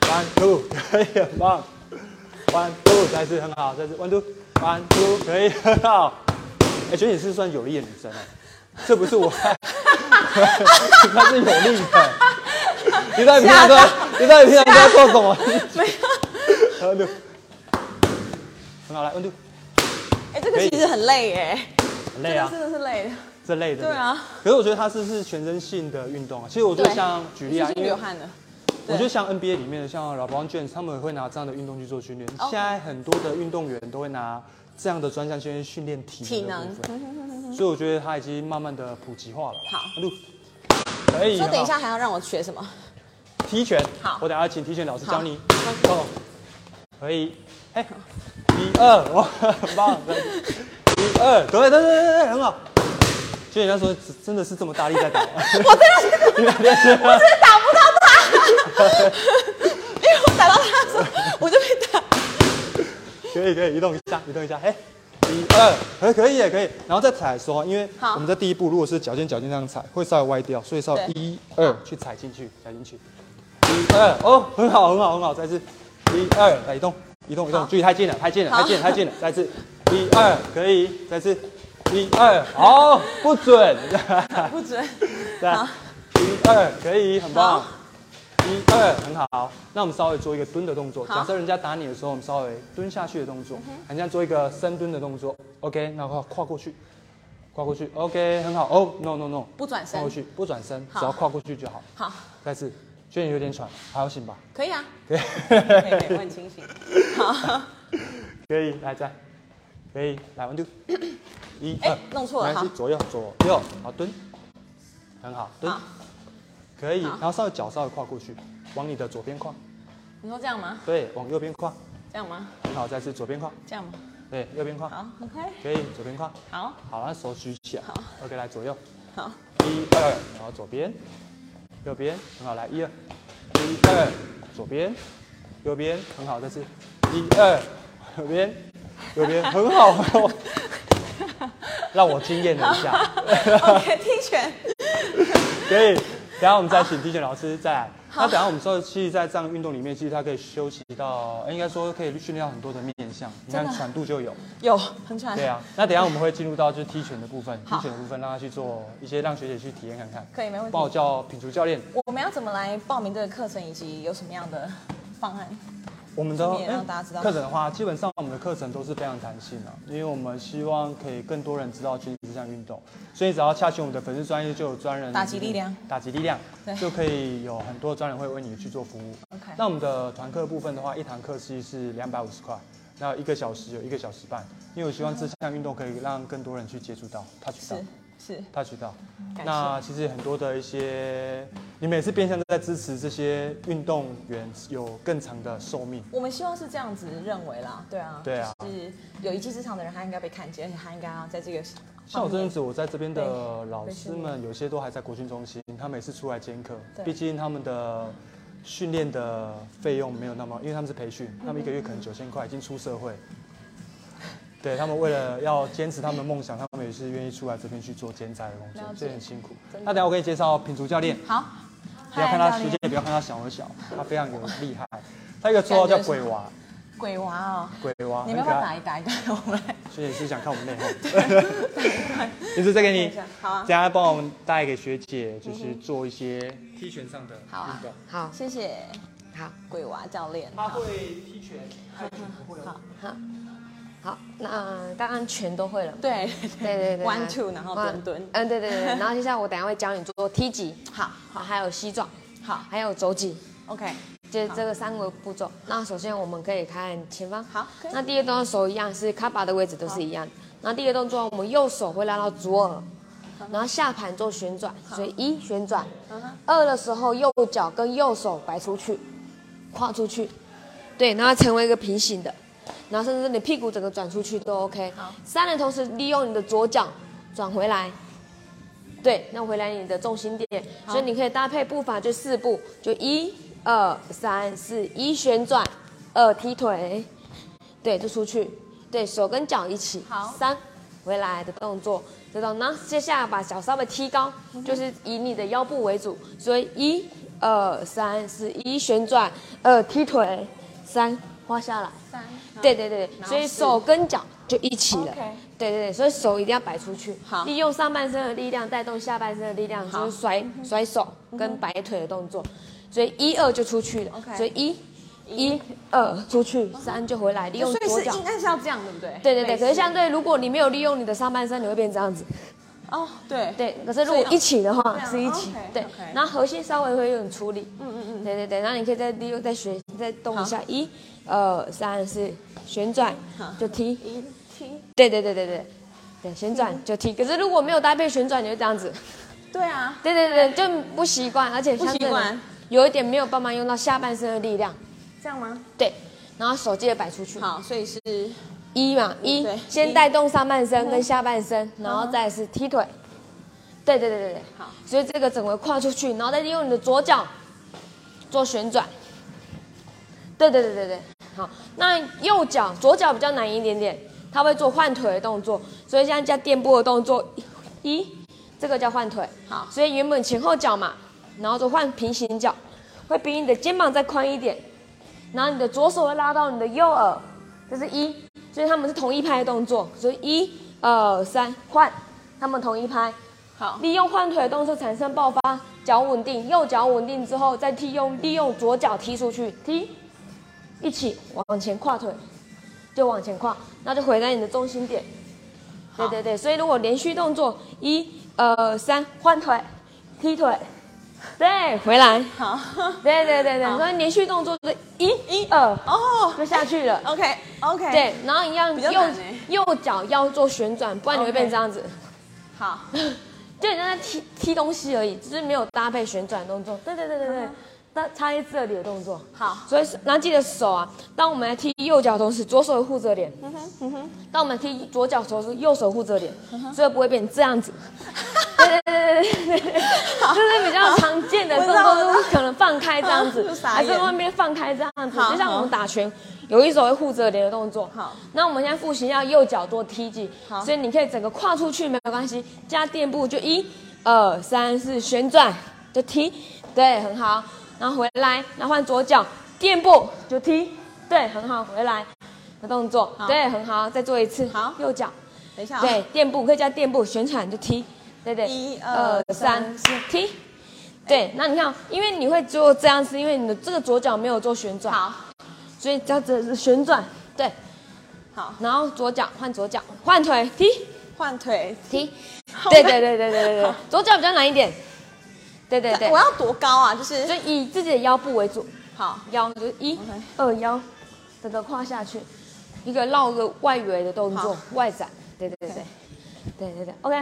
Speaker 2: One two，可以，很棒。One two，再一次很好，再一次 one two，one two，可以，很好。哎、觉得你是算有力的女生哎、这不是我，她是有力的。你到底平常都在，你到底平常都在做什么？
Speaker 1: 没有，
Speaker 2: One two，很好，来 one two，
Speaker 1: 哎，这个其实很累哎，
Speaker 2: 很累啊
Speaker 1: 这，个真的是累的，
Speaker 2: 这累的。
Speaker 1: 对啊。
Speaker 2: 可是我觉得它是是全身性的运动啊。其实我觉得
Speaker 1: 对
Speaker 2: 像举例啊
Speaker 1: 已，经
Speaker 2: 因为
Speaker 1: 流汗了，
Speaker 2: 我觉得像 NBA 里面的像 LeBron James，他们也会拿这样的运动去做训练。
Speaker 1: OK
Speaker 2: 现在很多的运动员都会拿这样的专项训练训练体
Speaker 1: 体
Speaker 2: 能
Speaker 1: 能
Speaker 2: 的部，分，所以我觉得它已经慢慢的普及化了。
Speaker 1: 好
Speaker 2: 录可以。啊
Speaker 1: 说等一
Speaker 2: 很好
Speaker 1: 下还要让我学什么？
Speaker 2: 踢拳，
Speaker 1: 好
Speaker 2: 我等一下请踢拳老师
Speaker 1: 好
Speaker 2: 教你。哦，可以，哎，一二，哇，很棒，一二，对对对对对，很好。所以那时候真的是这么大力在打，
Speaker 1: 我真的，
Speaker 2: 你那边是
Speaker 1: 我真的打不到他，因为哎我打到他的时候我就被打。
Speaker 2: 可以可以，移动一下，移动一下，哎，一二，可以可以也可以，然后再踩的时候，因为
Speaker 1: 好
Speaker 2: 我们在第一步如果是脚尖脚尖这样踩，会稍微歪掉，所以稍微
Speaker 1: 对
Speaker 2: 一二去踩进去，踩进去，一二，哦，很好很好很好，再一次，一二，来移动移动移动，
Speaker 1: 好
Speaker 2: 注意太近了太近了太
Speaker 1: 好
Speaker 2: 近了太近了，再一次，一二，可以，再一次，一二，好，不准，
Speaker 1: 不准。
Speaker 2: 对，
Speaker 1: 好
Speaker 2: 一二可以，很棒
Speaker 1: 好。
Speaker 2: 一二很好，那我们稍微做一个蹲的动作。
Speaker 1: 好嗯
Speaker 2: 假设人家打你的时候，我们稍微蹲下去的动作，人家做一个深蹲的动作。OK，然后跨过去，跨过去。OK，很好。哦、n o no no，
Speaker 1: 不转身
Speaker 2: 跨过去，不转身，
Speaker 1: 好
Speaker 2: 只要跨过去就好。
Speaker 1: 好，
Speaker 2: 再次，觉得你有点喘，还要 醒吧？
Speaker 1: 可以啊，
Speaker 2: 可以，
Speaker 1: 可以，可以，我很清醒。好，
Speaker 2: 可以，来再，可以，来 one two，一
Speaker 1: 哎
Speaker 2: 二，
Speaker 1: 弄错了
Speaker 2: 没关系
Speaker 1: 好
Speaker 2: 左右左右，好蹲，很好蹲
Speaker 1: 好，
Speaker 2: 可以，
Speaker 1: 好
Speaker 2: 然后稍微脚稍微跨过去，往你的左边跨，
Speaker 1: 你说这样吗？
Speaker 2: 对，往右边跨，
Speaker 1: 这样吗？
Speaker 2: 很好，再次左边跨，
Speaker 1: 这样吗？
Speaker 2: 对，右边跨，
Speaker 1: 好，OK，
Speaker 2: 可以，左边跨，
Speaker 1: 好，
Speaker 2: 好，那手举起来
Speaker 1: 好
Speaker 2: ，OK，来左右，
Speaker 1: 好，
Speaker 2: 一二，然后左边，右边，很好，来一二，一二，左边，右边，很好，再次，一二，右边，右边很好，很 好让我惊艳了一下。
Speaker 1: OK，听拳。
Speaker 2: 可以，等一下我们再请体检老师再来。那等一下我们说，其实，在这样运动里面，其实它可以休息到，呃应该说可以训练到很多的面向。你看
Speaker 1: 真的
Speaker 2: 喘度就有，
Speaker 1: 有很喘。
Speaker 2: 对啊。那等一下我们会进入到就是踢拳的部分，踢
Speaker 1: 好
Speaker 2: 拳的部分让他去做一些让学姐去体验看看。
Speaker 1: 可以没问题
Speaker 2: 帮我叫品竹教练，
Speaker 1: 我们要怎么来报名这个课程，以及有什么样的方案？
Speaker 2: 我们的嗯
Speaker 1: 顺便让大家知道
Speaker 2: 课程的话，基本上我们的课程都是非常弹性的、因为我们希望可以更多人知道军事这项运动，所以只要洽询我们的粉丝专业，就有专人
Speaker 1: 打击力量，
Speaker 2: 打击力量
Speaker 1: 对
Speaker 2: 就可以有很多专人会为你去做服务。
Speaker 1: OK
Speaker 2: 那我们的团课部分的话，一堂课是是两百五十块，那一个小时有一个小时半，因为我希望这项运动可以让更多人去接触到、touch 到
Speaker 1: 是。是，
Speaker 2: touch 到。
Speaker 1: 感谢
Speaker 2: 那其实很多的一些，你们也是变相地在支持这些运动员有更长的寿命。
Speaker 1: 我们希望是这样子认为啦，对啊，
Speaker 2: 对啊
Speaker 1: 就是有一技之长的人，他应该被看见，而且他应该要在这个
Speaker 2: 像我这阵
Speaker 1: 方
Speaker 2: 子，我在这边的
Speaker 1: 对
Speaker 2: 老师们，有些都还在国训中心，他们也是出来兼课。
Speaker 1: 对
Speaker 2: 毕竟他们的训练的费用没有那么，因为他们是培训，他们一个月
Speaker 1: 嗯
Speaker 2: 可能九千块，已经出社会。对他们为了要坚持他们的梦想，他们也是愿意出来这边去做兼差的工作
Speaker 1: 了，解
Speaker 2: 这很辛苦。
Speaker 1: 真的
Speaker 2: 那等一下我给你介绍品竹教练。
Speaker 1: 面好。
Speaker 2: 不要看他
Speaker 1: 嗨
Speaker 2: 时
Speaker 1: 教
Speaker 2: 间
Speaker 1: 练，
Speaker 2: 也不要看他小而小，他非常有厉害。他一个绰号叫鬼娃，
Speaker 1: 鬼娃哦，
Speaker 2: 鬼娃
Speaker 1: 你们
Speaker 2: 很
Speaker 1: 要
Speaker 2: 可
Speaker 1: 不要打
Speaker 2: 爱。
Speaker 1: 一打一打？我们来
Speaker 2: 所以你是想看我们内讧？ 你是再给
Speaker 1: 看一
Speaker 2: 你，
Speaker 1: 下，好啊嗯
Speaker 2: 等，下帮我们带给学姐，就是做一些踢拳上的
Speaker 1: 好啊
Speaker 2: 运动。
Speaker 3: 好
Speaker 1: 谢谢
Speaker 3: 好
Speaker 1: 鬼娃教练。
Speaker 2: 他会踢拳，泰拳不会。
Speaker 1: 嗯好
Speaker 3: 好好，那当然全都会了。
Speaker 1: 对
Speaker 3: 对对对
Speaker 1: ，one two，然后蹲蹲
Speaker 3: 嗯、，对对对，对然后接下来我等一下会教你做踢脚，
Speaker 1: 好
Speaker 3: 好，还有膝撞，
Speaker 1: 好
Speaker 3: 还有肘击，
Speaker 1: ，OK，
Speaker 3: 就是这个三个步骤。那首先我们可以看前方，
Speaker 1: 好可以
Speaker 3: 那第一个动作手一样是卡巴的位置都是一样的。那第一个动作我们右手会拉到左耳，然后下盘做旋转，所以一旋转，
Speaker 1: 嗯哼
Speaker 3: 二的时候右脚跟右手摆出去，跨出去，对，然后成为一个平行的，然后甚至你屁股整个转出去都 OK
Speaker 1: 好。
Speaker 3: 三的同时利用你的左脚转回来，对，那回来你的重心点，
Speaker 1: 好
Speaker 3: 所以你可以搭配步伐就四步，就一二三四，一旋转，二踢腿，对，就出去，对手跟脚一起，
Speaker 1: 好
Speaker 3: 三回来的动作，这种，然后接下来把脚稍微踢高，就是以你的腰部为主，所以一二三四，一旋转，二踢腿，三花下来，
Speaker 1: 三，
Speaker 3: 对对对，
Speaker 1: 啊然后
Speaker 3: 所以
Speaker 1: 四
Speaker 3: 手跟脚就一起了
Speaker 1: OK。
Speaker 3: 对对对，所以手一定要摆出去，
Speaker 1: 好
Speaker 3: 利用上半身的力量带动下半身的力量，
Speaker 1: 好嗯
Speaker 3: 就是甩甩手跟摆腿的动作。所以一二就出去了
Speaker 1: OK 嗯
Speaker 3: 所以一一二出去，三就回来，利用
Speaker 1: 所以
Speaker 3: 左
Speaker 1: 是
Speaker 3: 脚
Speaker 1: 应。该是要这样，对不对？
Speaker 3: 对对对，
Speaker 1: 类似
Speaker 3: 可是相对如果你没有利用你的上半身，你会变这样子。
Speaker 1: 哦，对
Speaker 3: 对，可是如果
Speaker 1: 所以
Speaker 3: 一起的话
Speaker 1: 这样
Speaker 3: 是一起
Speaker 1: 啊 OK，，
Speaker 3: 对
Speaker 1: OK，
Speaker 3: 然后核心稍微会有点出力。
Speaker 1: 嗯嗯嗯，
Speaker 3: 对对对，然后你可以再利用再学再动一下，一二三四，旋转
Speaker 1: 好
Speaker 3: 就踢。
Speaker 1: 一踢，
Speaker 3: 对对对对对，对旋
Speaker 1: 嗯
Speaker 3: 转就踢。可是如果没有搭配旋转，你就这样子。
Speaker 1: 对啊，
Speaker 3: 对对对，就不习惯，而且相
Speaker 1: 不习
Speaker 3: 对
Speaker 1: 惯
Speaker 3: 有一点没有办法用到下半身的力量。
Speaker 1: 这样吗？
Speaker 3: 对，然后手记得摆出去。
Speaker 1: 好，所以是
Speaker 3: 一嘛，一
Speaker 1: 对一
Speaker 3: 先带动上半身跟下半身，然后再是踢腿。对对对对对，
Speaker 1: 好
Speaker 3: 所以这个整个跨出去，然后再利用你的左脚做旋转。对对对对对，好，那右脚左脚比较难一点点，它会做换腿的动作，所以现在加垫步的动作，一，这个叫换腿。
Speaker 1: 好
Speaker 3: 所以原本前后脚嘛，然后就换平行脚，会比你的肩膀再宽一点，然后你的左手会拉到你的右耳，这是一，所以他们是同一拍的动作，所以一二三换，他们同一拍，
Speaker 1: 好，
Speaker 3: 利用换腿的动作产生爆发，脚稳定，右脚稳定之后再踢用利用左脚踢出去，踢，一起往前跨腿，就往前跨，那就回到你的中心点。对对对，所以如果连续动作一二三换腿，踢腿，对，回来，
Speaker 1: 好，
Speaker 3: 对对对对，
Speaker 1: 好
Speaker 3: 所以连续动作的一
Speaker 1: 一
Speaker 3: 二
Speaker 1: 哦
Speaker 3: 就下去了。
Speaker 1: ，OK OK，，
Speaker 3: 对，然后一样
Speaker 1: 比较
Speaker 3: 右
Speaker 1: 难欸
Speaker 3: 右脚要做旋转，不然你会
Speaker 1: OK
Speaker 3: 变这样子。
Speaker 1: 好，
Speaker 3: 就你在踢踢东西而已，只是没有搭配旋转动作。对对对对对
Speaker 1: 嗯，
Speaker 3: 那差在这里的动作。
Speaker 1: 好，
Speaker 3: 所以是那记得手啊，当我们来踢右脚的同时，左手会护着脸；
Speaker 1: 嗯哼，嗯哼，嗯
Speaker 3: 当我们踢左脚的时候，是右手护着脸，所以不会变这样子。对对对对对对，就是比较常见的
Speaker 1: 我
Speaker 3: 动
Speaker 1: 知道
Speaker 3: 作，就
Speaker 1: 我知
Speaker 3: 是可能放开这样子
Speaker 1: 就，傻眼
Speaker 3: 还是外面放开这样子，
Speaker 1: 好
Speaker 3: 就像我
Speaker 1: 好
Speaker 3: 们打拳，有一手会护着脸的动作。
Speaker 1: 好，
Speaker 3: 那我们现在复习要右脚多踢几，
Speaker 1: 好
Speaker 3: 所以你可以整个跨出去没有关系，加垫步就一、二、三、四旋转就踢，对，很好。然后回来，然后换左脚垫步就踢，对，很好，回来的动作
Speaker 1: 好，
Speaker 3: 对，很好，再做一次，
Speaker 1: 好
Speaker 3: 右脚。
Speaker 1: 等一下、啊，
Speaker 3: 对，垫步可以加垫步，旋转就踢，对对，
Speaker 1: 一二三哎
Speaker 3: 四，踢。对，那你看哦，因为你会做这样子，因为你的这个左脚没有做旋转，
Speaker 1: 好，
Speaker 3: 所以这样子是旋转，对，
Speaker 1: 好，
Speaker 3: 然后左脚换左脚，换腿踢
Speaker 1: 换腿，
Speaker 3: 踢，
Speaker 1: 好
Speaker 3: 对对对对对对对
Speaker 1: 好，
Speaker 3: 左脚比较难一点，对对对
Speaker 1: 我，要多高啊？就
Speaker 3: 就是以自己的腰部为主，
Speaker 1: 好，
Speaker 3: 腰就是一
Speaker 1: OK
Speaker 3: 二腰，整个跨下去，一个绕个外围的动作
Speaker 1: 好，
Speaker 3: 外展，对对对
Speaker 1: OK
Speaker 3: 对，对对对，OK。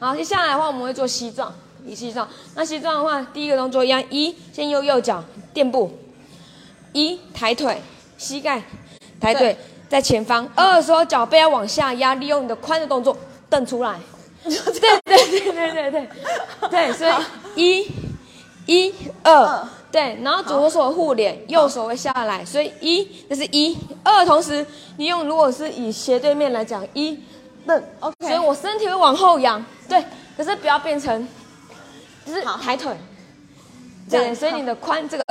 Speaker 3: 好，接下来的话我们会做膝撞，一膝撞。那膝撞的话，第一个动作一样，一先右右脚垫步，一抬腿，膝盖抬腿
Speaker 1: 对
Speaker 3: 在前方，二的时候脚背要往下压，利用你的髋的动作蹬出 来。对对对对对对对，所以一一二
Speaker 1: 二，
Speaker 3: 对，然后左手护脸，右手会下来，所以一这是一二，同时你用如果是以斜对面来讲一
Speaker 1: 那 OK，
Speaker 3: 所以我身体会往后仰，对，可是不要变成就是
Speaker 1: 好
Speaker 3: 抬腿，
Speaker 1: 这样
Speaker 3: 对，
Speaker 1: 好
Speaker 3: 所以你的髋这个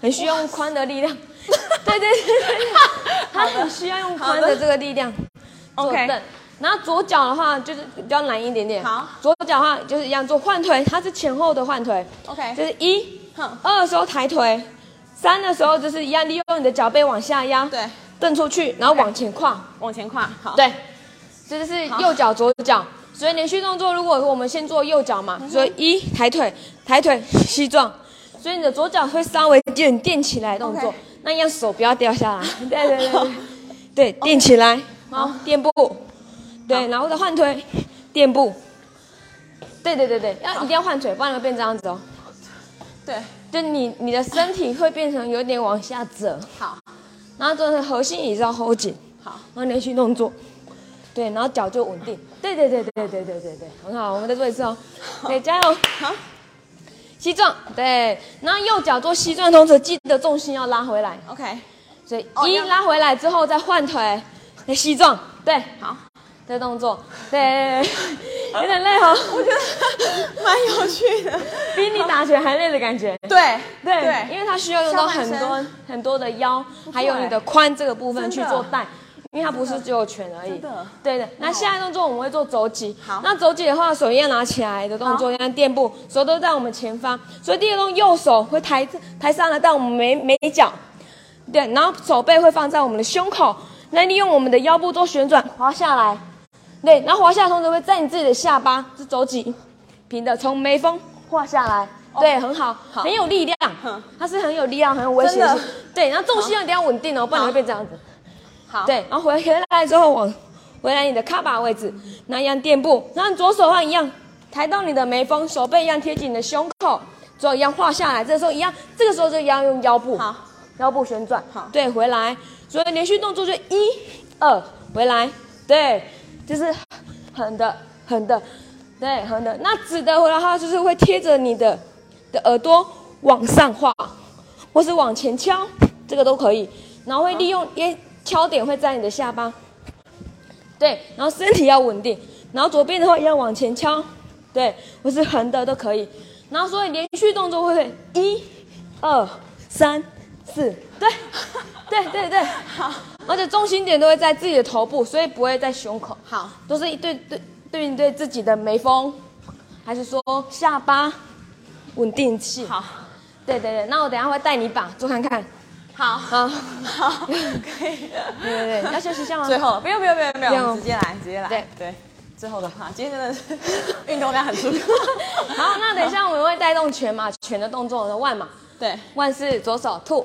Speaker 3: 很需要用髋 的力量，对对对对，对它很需要用髋
Speaker 1: 好
Speaker 3: 的
Speaker 1: 的
Speaker 3: 这个力量坐
Speaker 1: OK
Speaker 3: 凳。然后左脚的话就是比较难一点点，
Speaker 1: 好
Speaker 3: 左脚的话就是一样做换腿，它是前后的换腿，
Speaker 1: OK，
Speaker 3: 就是一
Speaker 1: 哼，
Speaker 3: 二的时候抬腿，三的时候就是一样利用你的脚背往下压，
Speaker 1: 对，
Speaker 3: 蹬出去，然后往前跨。
Speaker 1: 往前跨，好，，
Speaker 3: 对，这就是
Speaker 1: 好
Speaker 3: 右脚左脚。所以连续动作，如果我们先做右脚
Speaker 1: 嗯
Speaker 3: 嘛，所以一抬腿，抬腿膝撞，所以你的左脚会稍微有点垫起来的动作
Speaker 1: OK
Speaker 3: 那样手不要掉下来， 对对对对，对垫起来，然后垫步，对，然后再换腿，垫步，对对对对，要一定要换腿，不然会变这样子哦，
Speaker 1: 对，
Speaker 3: 就你你的身体会变成有点往下折，
Speaker 1: 好，
Speaker 3: 然后真的核心也是要 hold 紧。
Speaker 1: 好，
Speaker 3: 然后连续动作，对，然后脚就稳定。对对对对对对对对，很好，我们再做一次哦。对，加油，
Speaker 1: 好，
Speaker 3: 膝撞，对，然后右脚做膝撞，同时记得重心要拉回来，
Speaker 1: OK，
Speaker 3: 所以
Speaker 1: 哦
Speaker 3: 一
Speaker 1: 要
Speaker 3: 拉回来之后再换腿，再膝撞，对，
Speaker 1: 好，
Speaker 3: 这动作，对，有点累哦，我觉 得
Speaker 1: 蛮有趣的，
Speaker 3: 比你打拳还累的感觉。
Speaker 1: 对，
Speaker 3: 对，
Speaker 1: 对，
Speaker 3: 因为它需要用到很
Speaker 1: 下半
Speaker 3: 多很多的腰，还有
Speaker 1: 欸
Speaker 3: 你的髋这个部分去
Speaker 1: 真的
Speaker 3: 做带，因为它不是只有拳而已
Speaker 1: 真的。
Speaker 3: 对的。那下一动作我们会做肘击。
Speaker 1: 好
Speaker 3: 那肘击的话，手一样拿起来的动作，一样垫步，手都在我们前方。所以第一个动作，右手会抬抬上来到我们眉眉角，对，然后手背会放在我们的胸口，那利用我们的腰部做旋转滑下来，对，然后滑下来同时会在你自己的下巴是肘击平的，从眉峰滑下来。对，很好，
Speaker 1: 哦好
Speaker 3: 很有力量
Speaker 1: 哼，
Speaker 3: 它是很有力量，很有威胁
Speaker 1: 真
Speaker 3: 性
Speaker 1: 的。
Speaker 3: 对，然后重心要一定要稳定哦，不然你
Speaker 1: 好
Speaker 3: 会变这样子。
Speaker 1: 好，，
Speaker 3: 对，然后回回来之后往回来你的卡把位置，那一样垫步，然后左手的话一样抬到你的眉峰，手背一样贴紧你的胸口，左一样画下来，这时候一样，这个时候就一样用腰部，
Speaker 1: 好，
Speaker 3: 腰部旋转，
Speaker 1: 好
Speaker 3: 对，回来，所以连续动作就一二回来，对，就是狠的狠的，对狠的，那指的回来的话就是会贴着你的的耳朵往上画，或是往前敲，这个都可以。然后会利用，因为敲点会在你的下巴，对，然后身体要稳定，然后左边的话要往前敲，对，或是横的都可以。然后所以连续动作会会一、二、三、四，对，对对对，
Speaker 1: 好，
Speaker 3: 而且重心点都会在自己的头部，所以不会在胸口。
Speaker 1: 好，
Speaker 3: 都是一对对对应对自己的眉峰，还是说下巴稳定器？，
Speaker 1: 好，
Speaker 3: 对对对，那我等一下会带你一把做看看。
Speaker 1: 好，
Speaker 3: 好，
Speaker 1: 好，可以的，
Speaker 3: 对对对，要休息一下吗？
Speaker 1: 最后了，不用不用不用不
Speaker 3: 不用
Speaker 1: 用，直接来直接来，
Speaker 3: 啊对
Speaker 1: 对，最后的话，今天真的是运动量很足够，
Speaker 3: 好，那等一下我们会带动拳嘛，拳的动作的腕嘛，
Speaker 1: 对，
Speaker 3: 腕是左手吐。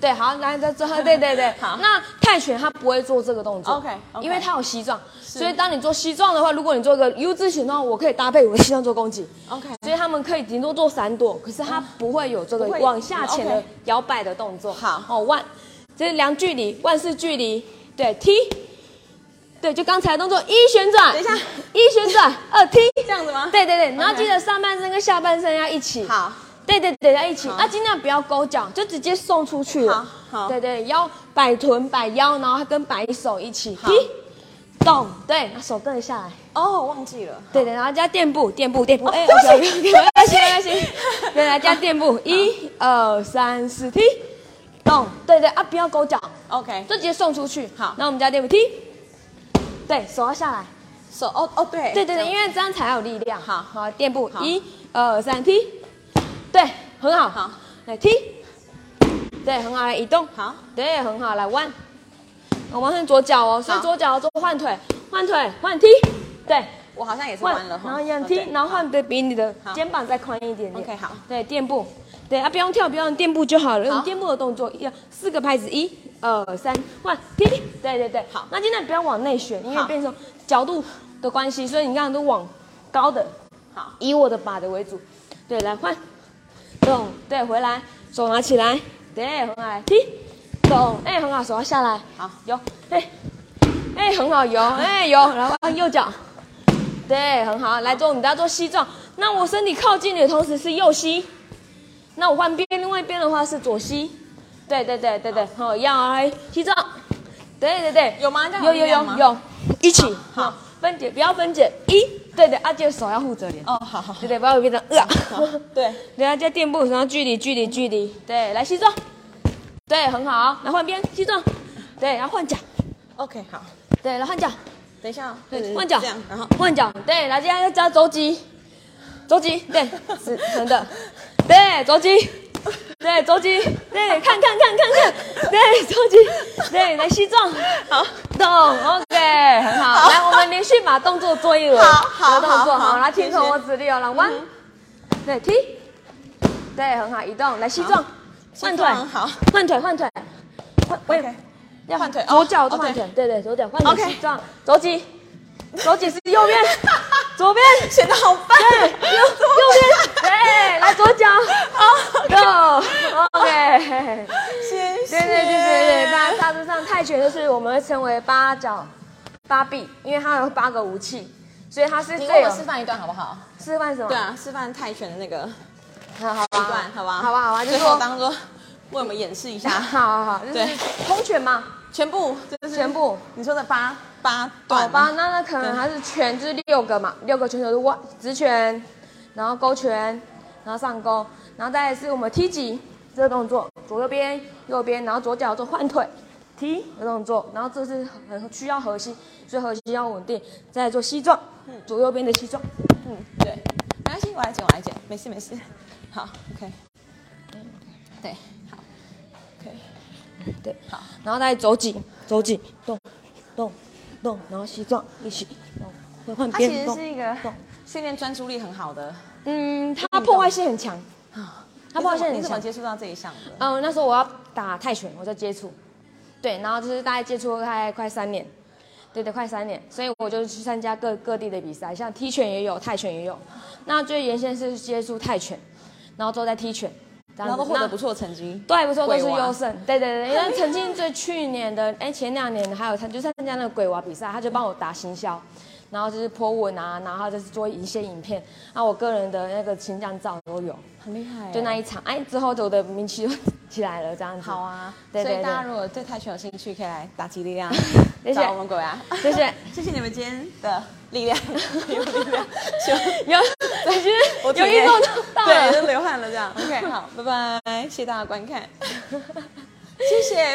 Speaker 3: 对，好，来，再 最后，对对对，
Speaker 1: 好
Speaker 3: 那泰拳它不会做这个动作
Speaker 1: OK，OK
Speaker 3: 因为它有膝撞，所以当你做膝撞的话，如果你做一个 U 字形的话，我可以搭配我的膝撞做攻击。
Speaker 1: OK
Speaker 3: 所以他们可以顶多做闪躲，可是他不会有这个
Speaker 1: 不会
Speaker 3: 往下潜的
Speaker 1: OK
Speaker 3: 摇摆的动作。
Speaker 1: 好
Speaker 3: 哦，万，这是量距离，万是距离，对，踢，对，就刚才的动作一旋转，
Speaker 1: 等一下
Speaker 3: 一旋转，二踢，
Speaker 1: 这样子吗？
Speaker 3: 对对对，然后记得上半身跟下半身要一起。
Speaker 1: 好，
Speaker 3: 对对对，要一起。
Speaker 1: 好
Speaker 3: 啊，尽量不要勾脚，就直接送出去了。
Speaker 1: 好好
Speaker 3: 对对，要摆臀摆腰，然后跟摆手一起。
Speaker 1: 好
Speaker 3: 踢，动，对，手跟得下来。
Speaker 1: 哦，忘记了，
Speaker 3: 对对，然后加垫步，垫步，垫步。哎，
Speaker 1: 哦对不起
Speaker 3: 我没关系，没关系。对，来加垫步，一二三四，踢，动。对对啊，不要勾脚，
Speaker 1: OK，
Speaker 3: 就直接送出去。
Speaker 1: 好
Speaker 3: 然后我们加垫步，踢，对手要下来。
Speaker 1: 手哦哦对
Speaker 3: 对
Speaker 1: 这
Speaker 3: 对对，
Speaker 1: 样
Speaker 3: 因为这样才有力量。
Speaker 1: 好
Speaker 3: 好，垫步
Speaker 1: 好，
Speaker 3: 一二三，踢，对，很好。
Speaker 1: 好，
Speaker 3: 来踢，对，很好，来移动，
Speaker 1: 好，
Speaker 3: 对，很好，来弯。我弯成左脚哦，所以
Speaker 1: 好
Speaker 3: 左脚要做换腿，换腿，换踢，对，
Speaker 1: 我好像也是
Speaker 3: 换
Speaker 1: 弯了，哈，
Speaker 3: 然后一样
Speaker 1: 哦
Speaker 3: 踢
Speaker 1: 对，
Speaker 3: 然后换的比你的
Speaker 1: 好
Speaker 3: 肩膀再宽一点点。
Speaker 1: OK，好
Speaker 3: 对，垫步，对啊，不用跳，不用垫步就好了，
Speaker 1: 好
Speaker 3: 用垫步的动作，一二四个拍子，一二三，换踢踢，对对对，
Speaker 1: 好
Speaker 3: 那尽量不要往内旋，因为
Speaker 1: 好
Speaker 3: 变成角度的关系，所以你刚刚都往高的，
Speaker 1: 好
Speaker 3: 以我的把的为主，对，来换，动，对，回来，手拿起来，对，很好，来踢，动，哎，很好，手要下来，
Speaker 1: 好
Speaker 3: 有，哎，哎，很好，有，哎，有，然后右脚。对，很好，来做我们大家做膝撞。那我身体靠近你的同时是右膝，那我换边，另外一边的话是左膝。对对对对对，好，一样啊，来膝撞。对对对，
Speaker 1: 有吗这样有
Speaker 3: 有有
Speaker 1: 力量
Speaker 3: 有
Speaker 1: 吗
Speaker 3: 有，一起。
Speaker 1: 好好，
Speaker 3: 分解，不要分解。一，对对，阿姐手要护着脸。
Speaker 1: 哦好好
Speaker 3: 对对，不要变成呃。
Speaker 1: 对
Speaker 3: 对啊，加垫步，然后距离距离距离。对，来膝撞。对，很好，来换边膝撞。对，然后换脚。
Speaker 1: OK 好，
Speaker 3: 对，然后换脚。
Speaker 1: 等一下哦，
Speaker 3: 对，
Speaker 1: 对
Speaker 3: 换脚
Speaker 1: 这样，，然后
Speaker 3: 换脚，对，来，接下来教肘击，肘击， 对，是真的，对，肘击，对，肘击，对，看看看看看，对，肘击，对，来膝撞，
Speaker 1: 好
Speaker 3: 动，OK，很好，来，我们连续把动作做一轮，
Speaker 1: 好好
Speaker 3: 这个动作，
Speaker 1: 好好
Speaker 3: 好，来，听
Speaker 1: 谢谢嗯
Speaker 3: 从我指令哦，来，弯，对，踢，对，很好，移动，来膝撞，换
Speaker 1: 膝
Speaker 3: 腿，
Speaker 1: 撞好，
Speaker 3: 换腿，换腿，换，我也
Speaker 1: OK
Speaker 3: 要
Speaker 1: 换腿哦
Speaker 3: 左脚都
Speaker 1: 哦
Speaker 3: 换
Speaker 1: 对
Speaker 3: 腿，对对，左脚换腿
Speaker 1: OK
Speaker 3: 膝撞，肘击。手指是右边，左边，
Speaker 1: 显得好棒，
Speaker 3: 对，右右边，对，来左脚，Go，OK，
Speaker 1: 哦谢谢，
Speaker 3: 对对对对对，大大致上泰拳就是我们会称为八角八臂，因为它有八个武器，所以它是
Speaker 1: 你
Speaker 3: 最
Speaker 1: 为
Speaker 3: 有
Speaker 1: 我示范一段好不好？
Speaker 3: 示范什么？
Speaker 1: 对啊，示范泰拳的那个一
Speaker 3: 好，好吧，
Speaker 1: 段，好吧？
Speaker 3: 好吧，好吧，就
Speaker 1: 最
Speaker 3: 是
Speaker 1: 后
Speaker 3: 说，
Speaker 1: 当做为我们演示一
Speaker 3: 好
Speaker 1: 下，
Speaker 3: 好好，就是
Speaker 1: 对
Speaker 3: 空拳嘛，
Speaker 1: 全部，这是
Speaker 3: 全部。哦
Speaker 1: 你说的八八
Speaker 3: 好
Speaker 1: 段
Speaker 3: 吧，
Speaker 1: 吗，
Speaker 3: 那那可能还是拳，就是六个嘛，六个拳头是外直拳，然后勾拳，然后上勾，然后再来是我们踢击这个动作，左右边右边，然后左脚做换腿踢的动作，然后这是很需要核心，所以核心要稳定，再来做膝撞，左右边的膝撞，
Speaker 1: 嗯，对，没关系，我来剪，我来剪，没事没事，好，OK，对，好，OK，
Speaker 3: 对，
Speaker 1: 好，
Speaker 3: 然后再来肘击，肘击动动动，然后膝撞一起动，会换
Speaker 1: 它其
Speaker 3: 边
Speaker 1: 实
Speaker 3: 动
Speaker 1: 是，一个
Speaker 3: 动
Speaker 1: 训练专注力很好的，
Speaker 3: 嗯，它破坏性很强，
Speaker 1: 啊
Speaker 3: 它破坏性
Speaker 1: 你
Speaker 3: 很
Speaker 1: 怎
Speaker 3: 强
Speaker 1: 么。接触到这一项的？
Speaker 3: 嗯，那时候我要打泰拳，我在接触，对，然后就是大概接触了大概快三年，对对，快三年，所以我就去参加各各地的比赛，像踢拳也有，泰拳也有。那最原先是接触泰拳，然后之后再踢拳，然
Speaker 1: 然后都获得不错的成绩，
Speaker 3: 对，不错，都是
Speaker 1: 鬼娃
Speaker 3: 优胜。对对对，因为曾经最去年的，哎，前两年的还有参，就参加那个鬼娃比赛，他就帮我打行销，然后就是播文啊，然后就是做一些影片，然后我个人的那个形象照都有。
Speaker 1: 很厉害欸，
Speaker 3: 就那一场，哎，之后我的名气就起来了，这样子。
Speaker 1: 好，啊，
Speaker 3: 对对
Speaker 1: 所以大家
Speaker 3: 对
Speaker 1: 如果对泰拳有兴趣，可以来打击力量，
Speaker 3: 谢谢
Speaker 1: 找我们鬼啊！
Speaker 3: 谢谢。
Speaker 1: 谢谢你们今天的力 量，有力量，就
Speaker 3: 有，我觉
Speaker 1: 我
Speaker 3: 得
Speaker 1: 体
Speaker 3: 有
Speaker 1: 内
Speaker 3: 运动到到
Speaker 1: 对，
Speaker 3: 了
Speaker 1: 就。流汗了这样。OK，好，拜拜，谢谢大家观看，谢谢。